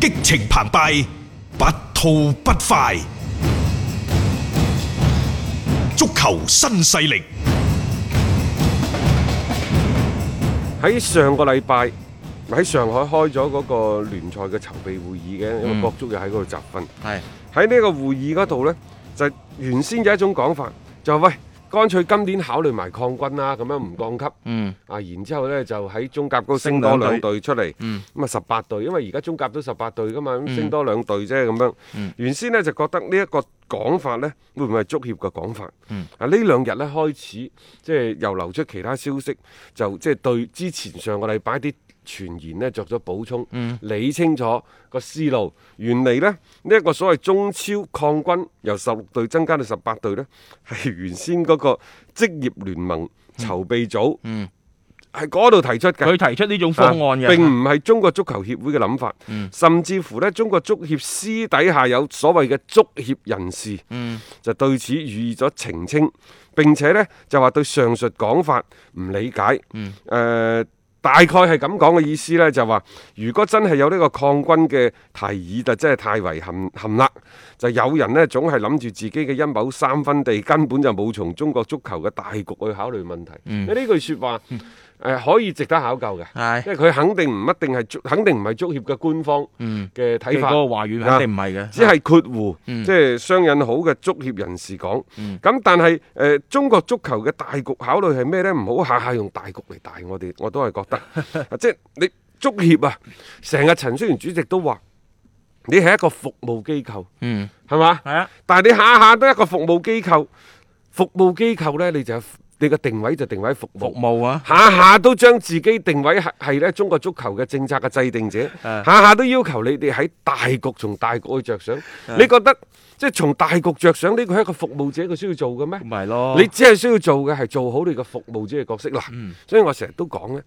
激情澎湃，不吐不快。足球新勢力，喺上個禮拜喺上海開咗嗰個聯賽嘅籌備會議嘅，因為國足又喺嗰度集訓。係喺呢個會議嗰度呢，就原先有一種講法，就係喂，乾脆今年考慮埋抗軍啦，咁樣唔降級。嗯啊，然之後呢，就喺中甲嗰度升升多兩兩隊隊出嚟，嗯咁啊十八隊，因為而家中甲都十八隊噶嘛，咁升多兩隊啫咁樣。嗯原先呢，就覺得呢一個講法呢，會唔會係足協嘅講法？嗯啊呢兩日呢，開始即係又流出其他消息，就即係對之前上個禮拜啲傳言呢作咗補充，嗯理清楚個思路。原嚟呢，呢、一個所謂中超抗軍由十六隊增加到十八隊呢，係原先嗰個職業聯盟籌備組。嗯，係嗰度提出嘅。佢提出呢種方案啊嘅，嗯並唔係中國足球協會嘅諗法，甚至乎呢，中國足協私底下有所謂嘅足協人士，嗯就對此予以咗澄清，並且呢，就話對上述講法唔理解。誒、嗯大概係咁講嘅意思呢，就話如果真係有呢個抗軍嘅提議，就真係太遺憾憾啦。就有人呢，總係諗住自己嘅一畝三分地，根本就冇從中國足球嘅大局去考慮問題。嗯呢句説話誒、可以值得考究嘅。係因為佢肯定唔一定係足，肯定唔係足協嘅官方嗯嘅即睇係法，嗰個話語肯定唔係嘅，只係括弧，嗯即係雙引號嘅足協人士講。咁、嗯但係誒、呃中國足球嘅大局考慮係咩呢？唔好下下用大局嚟帶我哋，我都係覺 得，啊即係你足協啊，成日陳戌源主席都話，你係一個服務機構，嗯係嘛？係啊，但係你下下都一個服務機構，服務機構呢，你就有你嘅定位就定位服服務。務啊，下下都將自己定位係係咧中國足球嘅政策嘅制定者，下誒下都要求你哋喺大局從大局去着想。啊你覺得即係從大局着想呢個係一個服務者佢需要做嘅咩咁？咪咯，嗯你只係需要做嘅係做好你嘅服務者嘅角色嗱。所以我成日都講咧，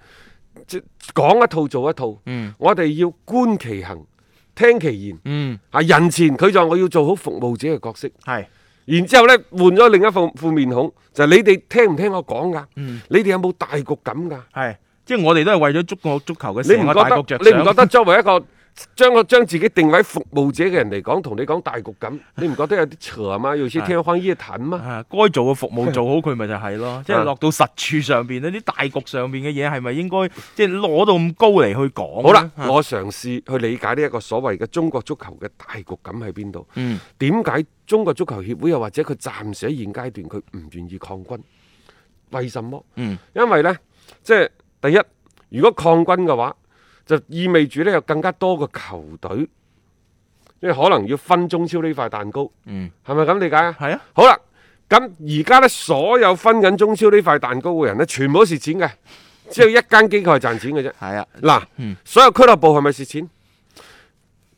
即係講一套做一套。嗯我哋要觀其行，聽其言。嗯啊，人前佢就話我要做好服務者嘅角色。係然之後呢，換咗另一副副面孔，就係你哋聽唔聽我講㗎？嗯你哋有冇大局感㗎？係，即係我哋都係為咗足個足球嘅你成唔個覺大局得？着你唔覺想，得作為一個將個將自己定位服務者嘅人嚟講，同你講大局感，你唔覺得有啲扯嗎？有些天荒夜譚嗎？啊，該做嘅服務做好佢咪就 係咯，即係落到實處上邊呢啲大局上邊嘅嘢係咪應該即係攞到咁高嚟去講？好啦，，我嘗試去理解呢一個所謂嘅中國足球嘅大局感喺邊度？嗯點解中國足球協會又或者佢暫時喺現階段佢唔願意抗軍？為什麼？嗯因為呢，即係第一，如果抗軍嘅話，就意味住呢有更加多嘅球隊，即係可能要分中超呢塊蛋糕，嗯，係咪咁理解啊？係啊，好啦，咁而家呢，所有分緊中超呢塊蛋糕嘅人呢，全部都蝕錢嘅，只有一間機構係賺錢嘅啫。係啊，嗱，嗯所有俱樂部係咪蝕錢？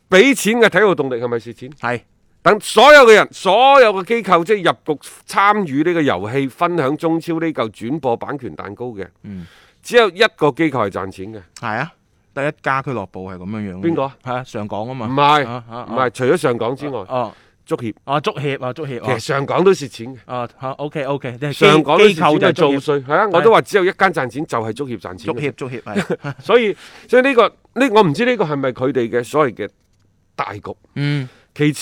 俾錢嘅體育動力係咪蝕錢？係等所有嘅人、所有嘅機構，即係入局參與呢個遊戲、分享中超呢嚿轉播版權蛋糕嘅，嗯只有一個機構係賺錢嘅，係啊，第一家俱樂部係咁樣樣嘅，邊個啊係啊，上港啊嘛唔，係啊啊啊唔係，除咗上港之外，哦。足協啊，足協啊，足協其實啊，上港都蝕錢嘅，啊嚇，OK OK，即係上港都機蝕錢構就係嘅做足協，稅，係啊，我都話只有一間賺錢，就係足協賺錢足嘅。協足協 係，所以所以呢、個呢，我唔知呢個係咪佢哋嘅所謂嘅大局。嗯其次，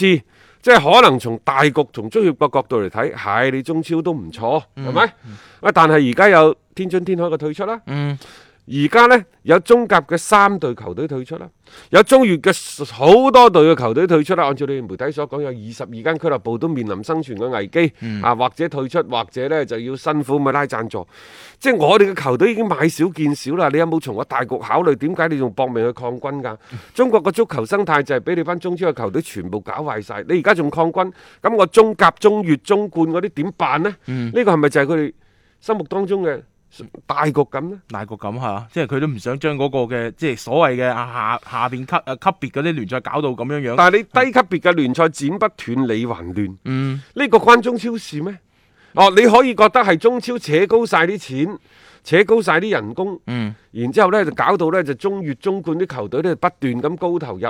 即係可能從大局、從足協個角度嚟睇，係你中超都唔錯，嗯係咪？啊、但係而家有天津天海嘅退出啦，嗯而家呢，有中甲嘅三隊球隊退出啦，有中乙嘅好多隊嘅球隊退出啦。按照你哋媒體所講，有二十二間俱樂部都面臨生存嘅危機，啊，或者退出，或者呢就要辛苦咪拉贊助。即係我哋嘅球隊已經買少見少啦。你有冇從個大局考慮？點解你仲搏命去抗軍㗎？中國個足球生態就係俾你班中超嘅球隊全部搞壞晒。你而家仲抗軍，咁我中甲、中乙、中冠嗰啲點辦呢？嗯呢個係咪就係佢哋心目當中嘅大局感呢？大局咁嚇，即係佢都唔想將嗰個嘅即係所謂嘅啊下下邊級啊級別嗰啲聯賽搞到咁樣樣，但係你低級別嘅聯賽剪不斷理還亂，嗯呢個關中超事咩？哦，你可以覺得係中超扯高晒啲錢，扯高晒啲人工，嗯然之後呢，就搞到呢，就中乙、中冠啲球隊呢，不斷咁高投入，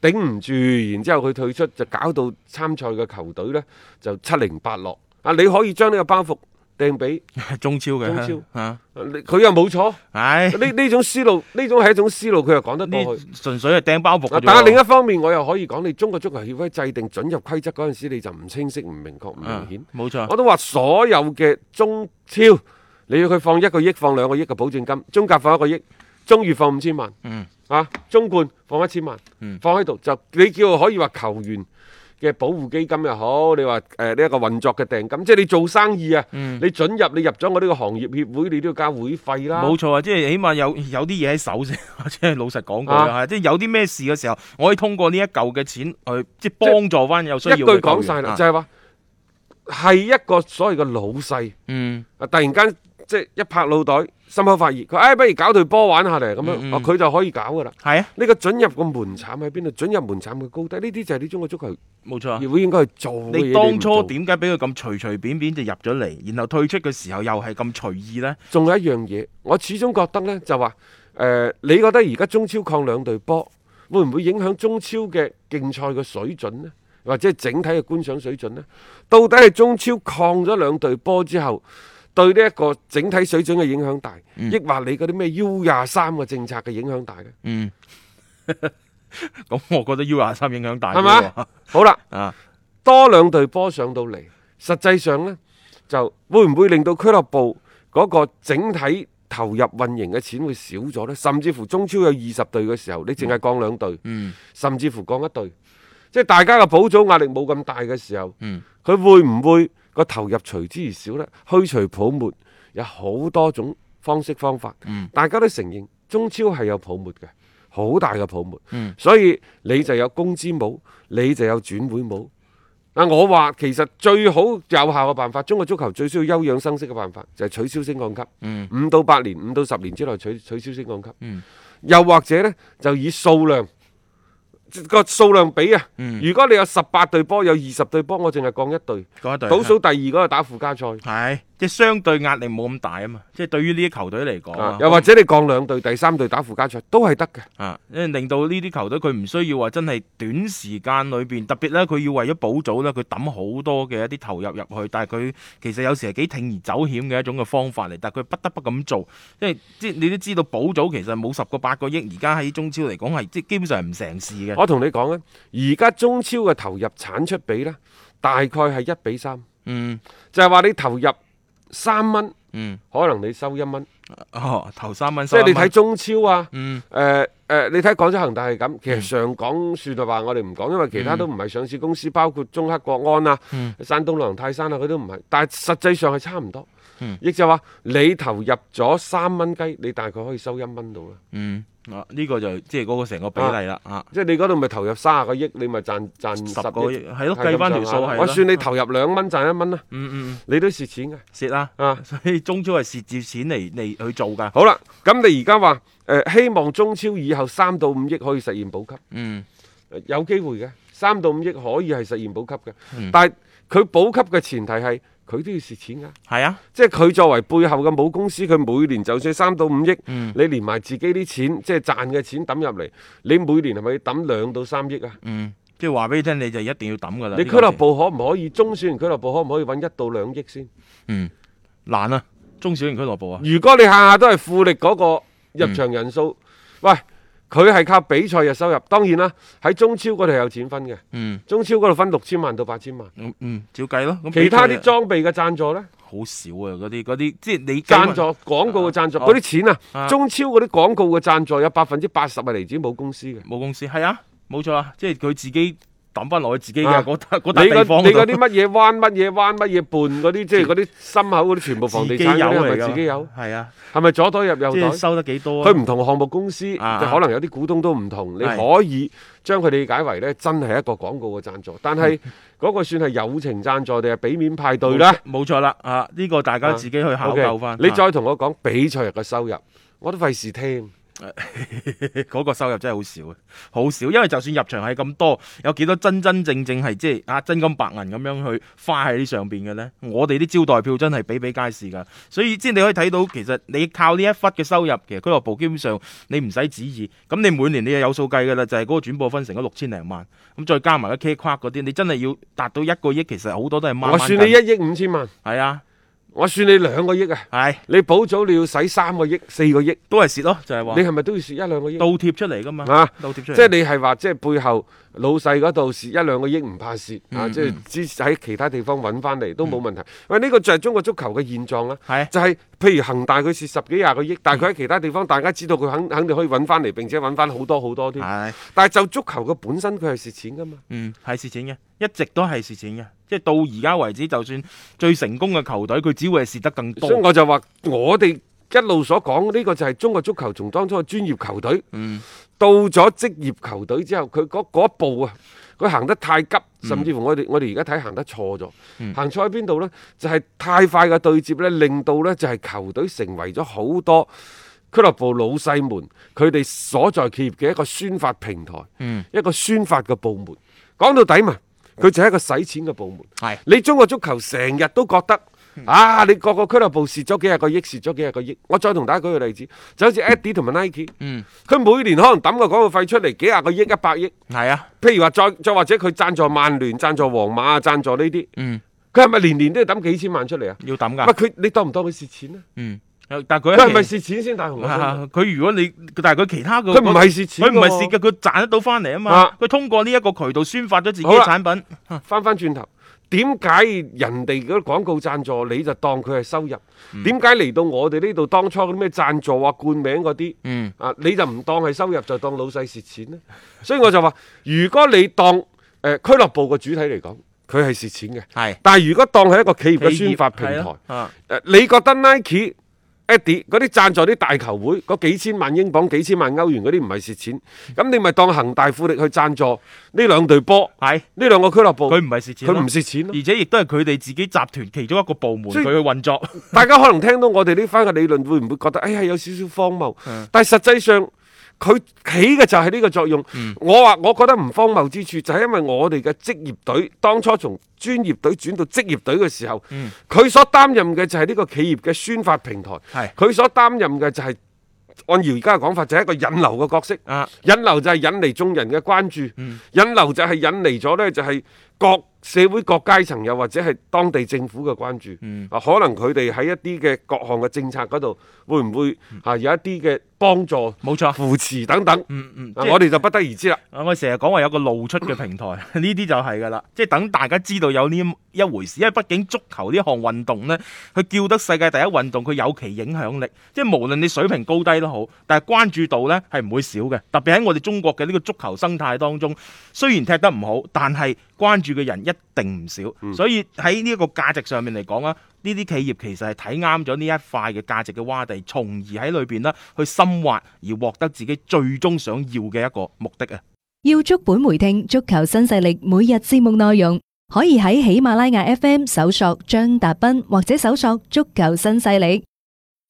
頂唔住，然之後佢退出就搞到參賽嘅球隊呢，就七零八落。啊，你可以將呢個包袱掟俾 中超嘅中超啊，佢又冇錯。唉，呢呢種思路，呢種係一種思路，佢又講得呢過去。純粹係掟包袱嗱嘅啫喎。但係另一方面，我又可以講你中國足球協會制定准入規則嗰陣時，你就唔清晰、唔明確、唔明顯。嗯冇錯，我都話所有嘅中超，你要佢放一個億、放兩個億嘅保證金，中甲放一個億，中乙放五千萬，嗯啊，中冠放一千萬，嗯放喺度就你叫可以話球員嘅保護基金又好，你話誒呢一個運作嘅訂金，即係你做生意啊，嗯。你准入你入咗我呢個行業協會，你都要交會費啦。冇錯啊，即係起碼有有啲嘢喺手先，即係老實講句啊，即係有啲咩事嘅時候，我可以通過呢一嚿嘅錢去即係幫助翻有需要一嘅句球講員晒啦，啊就係話係一個所謂嘅老細嗯啊，突然間即係一拍腦袋，心口發熱，佢唉、哎不如搞隊波玩下嚟咁樣，嗯嗯哦佢就可以搞噶啦。係啊，呢個准入個門檻喺邊度？准入門檻嘅高低，呢啲就係你中國足球冇錯啊。協會應該去做嘅嘢。你當初唔做？點解俾佢咁隨隨便便就入咗嚟，然後退出嘅時候又係咁隨意呢？ 仲有一樣嘢，我始終覺得呢，就話誒、呃你覺得而家中超抗兩隊波，會唔會影響中超嘅競賽嘅水準呢？或者係整體嘅觀賞水準呢？到底係中超抗咗兩隊波之後，對呢一個整體水準嘅影響大，抑或你嗰啲咩 U 廿三嘅政策嘅影響大嘅？嗯，咁我覺得 U 廿三影響大啲係咪喎好啦，啊，多兩隊波上到嚟，實際上呢，就會唔會令到俱樂部嗰個整體投入運營嘅錢會少咗呢？甚至乎中超有二十隊嘅時候，你淨係降兩隊，嗯甚至乎降一隊，即係大家嘅補組壓力冇咁大嘅時候，嗯佢會唔會個投入隨之而少呢？去除泡沫有好多種方式方法，嗯大家都承認中超係有泡沫嘅，好大嘅泡沫。嗯所以你就有工資帽，你就有轉會帽。啊，我話其實最好有效嘅辦法，中國足球最需要休養生息嘅辦法就係、取消升降級，嗯五到八年、五到十年之內取取消升降級。嗯又或者呢，就以數量個數量比啊。嗯，如果你有十八隊波，有二十隊波，我淨係降一隊，嗰一隊倒數第二嗰個打附加賽。係即係相對壓力冇咁大啊嘛，即係對於呢啲球隊嚟講啊啊，又或者你降兩隊，第三隊打附加賽都係得嘅。啊，因為令到呢啲球隊佢唔需要話真係短時間裏邊，特別咧佢要為咗保組咧，佢抌好多嘅一啲投入入去，但係佢其實有時係幾鋌而走險嘅一種嘅方法嚟，但係佢不得不咁做，因為即係你都知道保組其實冇十個八個億，而家喺中超嚟講係即係基本上係唔成事嘅。我同你講呢，而家中超嘅投入產出比呢，大概係一比三。嗯就係話你投入三蚊，嗯，可能你收一蚊，哦，頭三蚊即係你睇收一蚊中超啊，嗯誒誒、你睇廣州恒大係咁，其實上港算啦話我哋唔講，因為其他都唔係上市公司，包括中黑國安啊、嗯山東狼泰山啊，佢都唔係，但係實際上係差唔多嗯。亦就話你投入咗三蚊雞，你大概可以收一蚊到啦。嗯，啊呢、個就即係嗰個成個比例啦啊，即係你嗰度咪投入三十個億，你咪賺賺十十個個億億。係咯，係咁計翻條數上下係我啦算你投入兩蚊賺一蚊啦，嗯嗯嗯你都蝕錢嘅蝕啦，啊！所以中超係蝕住錢嚟嚟去做㗎。好啦，咁你而家話誒希望中超以後三到五億可以實現保級，嗯呃有機會嘅，三到五億可以係實現保級嘅，嗯但係佢保級嘅前提係佢都要蝕錢㗎，係啊，即係佢作為背後嘅母公司，佢每年就算三到五億，嗯你連埋自己啲錢，即係賺嘅錢抌入嚟，你每年係咪要抌兩到三億啊？嗯，即係話俾你聽，你就一定要抌噶啦。你呢俱個樂字部可唔可以中小型俱樂部可唔可以揾一到兩億先？嗯難啊，中小型俱樂部啊，如果你下下都係富力嗰個入場人數，嗯喂，佢係靠比賽嘅收入。當然啦，喺中超嗰度係有錢分嘅，嗯中超嗰度分六千萬到八千萬。嗯嗯，照計咯。咁其他啲比賽啊裝備嘅贊助呢，好少啊，嗰啲嗰啲即係你贊助廣告嘅贊助，嗰啲錢啊啊，中超嗰啲廣告嘅贊助有百分之八十係嚟自母公司嘅。冇公司係啊，冇錯啊，即係佢自己抌翻落去自己嘅啊嗰笪嗰你笪地嗰方你嗰度啲乜嘢灣乜嘢灣乜嘢畔嗰啲，即係嗰啲心口嗰啲，全部房地自己產有嗰啲嚟係㗎咪自己有？係啊，係咪左袋入右即袋係？收得幾多啊？佢唔同項目公司，啊就可能有啲股東都唔同，你係可以將佢理解為呢真係一個廣告嘅贊助，但係嗯嗰個算係友情贊助定係俾面派對啦？冇錯啦啊！呢個大家啊自己去考 OK，究翻。你啊再同我講比賽日嘅收入，我都費事聽。 嗰個收入真係好少嘅，好少，因為就算入場係咁多，有幾多真真正正係即係啊真金白銀咁樣去花喺呢上邊嘅呢？我哋啲招待票真係比比皆是㗎，所以即係你可以睇到，其實你靠呢一忽嘅收入，其實俱樂部基本上你唔使旨意，咁你每年你就有數計㗎啦，就係、嗰個轉播分成嗰六千零萬，咁再加埋個 K 框嗰啲，你真係要達到一個億，其實好多都係掹我算你一億五千萬，係啊，我算你兩個億啊！係你補組你要使三個億、四個億，都係蝕咯，就係話你係咪都要蝕一兩個億？倒貼出嚟噶嘛，啊倒貼出即嚟，係你係話，即係背後老細嗰度蝕一兩個億唔怕蝕啊！嗯即係只喺其他地方揾翻嚟都冇問題。喂，呢個就係中國足球嘅現狀啦。啊係嗯就係譬如恒大佢蝕十幾廿個億，但係佢喺其他地方大家知道佢肯肯定可以揾翻嚟，並且揾翻好多好多添。係但係就足球嘅本身佢係蝕錢㗎嘛。嗯係蝕錢嘅，一直都係蝕錢嘅，即係到而家為止，就算最成功嘅球隊，佢只會係蝕得更所以多。我就話，我哋一路所講呢個就係中國足球從當初嘅專業球隊，嗯到咗職業球隊之後，佢嗰嗰一步啊，佢行得太急，甚至乎我哋我哋而家睇行得錯咗，行錯喺邊度呢？就係、太快嘅對接呢，令到呢就係球隊成為咗好多。俱樂部老細們，佢哋所在企業嘅一個宣發平台，嗯一個宣發嘅部門。講到底嘛，佢就係一個使錢嘅部門。係嗯你中國足球成日都覺得啊，你個個俱樂部蝕咗幾廿個億，蝕咗幾廿個億。我再同大家舉個例子，就好似 Adidas 同埋 Nike，嗯佢每年可能抌個廣告費出嚟幾廿個億、一百億。係啊譬如話再再或者佢贊助曼聯、贊助皇馬啊、贊助呢啲，嗯佢係咪年年都要抌幾千萬出嚟啊？要抌喂，㗎，佢你當唔當佢蝕錢啊？嗯但係佢係咪佢蝕錢先？大雄，佢啊佢如果你但係佢其他嘅唔係蝕錢，佢唔係蝕嘅，。佢賺得到翻嚟啊嘛啊！佢通過呢一個渠道宣發咗自己好嘅啦產品，翻翻轉頭，點解人哋嗰啲廣告贊助你就當佢係收入？嗯點解嚟到我哋呢度當初嗰啲咩贊助啊、冠名嗰啲？嗯啊，你就唔當係收入，就當老細蝕錢咧。 所以我就話，如果你當誒、呃、俱樂部嘅主體嚟講，佢係蝕錢嘅。係但係如果當係一個企業嘅企業宣發平係台咯，啊呃你覺得 Nike、Adidas 嗰啲贊助啲大球會嗰幾千萬英鎊、幾千萬歐元嗰啲唔係蝕錢，咁你咪當恒大富力去贊助呢兩隊波，係呢兩個俱樂部，佢唔係蝕錢佢咯，唔蝕錢咯。而且亦都係佢哋自己集團其中一個部門所佢以去運作， 大家可能聽到我哋呢番嘅理論，會唔會覺得哎呀有少少荒謬？但係實際上佢起嘅就係呢個作用。我話我覺得唔荒謬之處就係因為我哋嘅職業隊當初從專業隊轉到職業隊嘅時候，佢、所擔任嘅就係呢個企業嘅宣發平台係，佢所擔任嘅就係、按姚而家嘅講法，就係、一個引流嘅角色。啊引流就係引嚟眾人嘅關注，嗯引流就係引嚟咗呢，就係各社會各階層，又或者係當地政府嘅關注。嗯啊，可能佢哋喺一啲嘅各項嘅政策嗰度，會唔會嗯啊有一啲嘅幫助、冇錯。扶持等等？嗯嗯，啊即係我哋就不得而知啦。啊我成日講話有個露出嘅平台，呢啲就係㗎啦，即係等大家知道有呢一回事，因為畢竟足球呢項運動呢，佢叫得世界第一運動，佢有其影響力，即係無論你水平高低都好，但係關注度呢係唔會少嘅。特別喺我哋中國嘅呢個足球生態當中，雖然踢得唔好，但係關注嘅人一定唔少，所以喺呢一個價值上面嚟講啊。呢啲企業其實係睇啱咗呢一塊嘅價值嘅洼地，從而喺裏邊呢去深挖，而獲得自己最終想要嘅一個目的啊！要足本回聽足球新勢力每日節目內容，可以喺喜馬拉雅 FM 搜索張達斌或者搜索足球新勢力。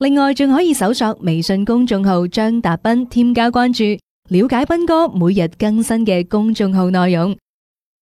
另外，仲可以搜索微信公眾號張達斌，添加關注，了解斌哥每日更新嘅公眾號內容。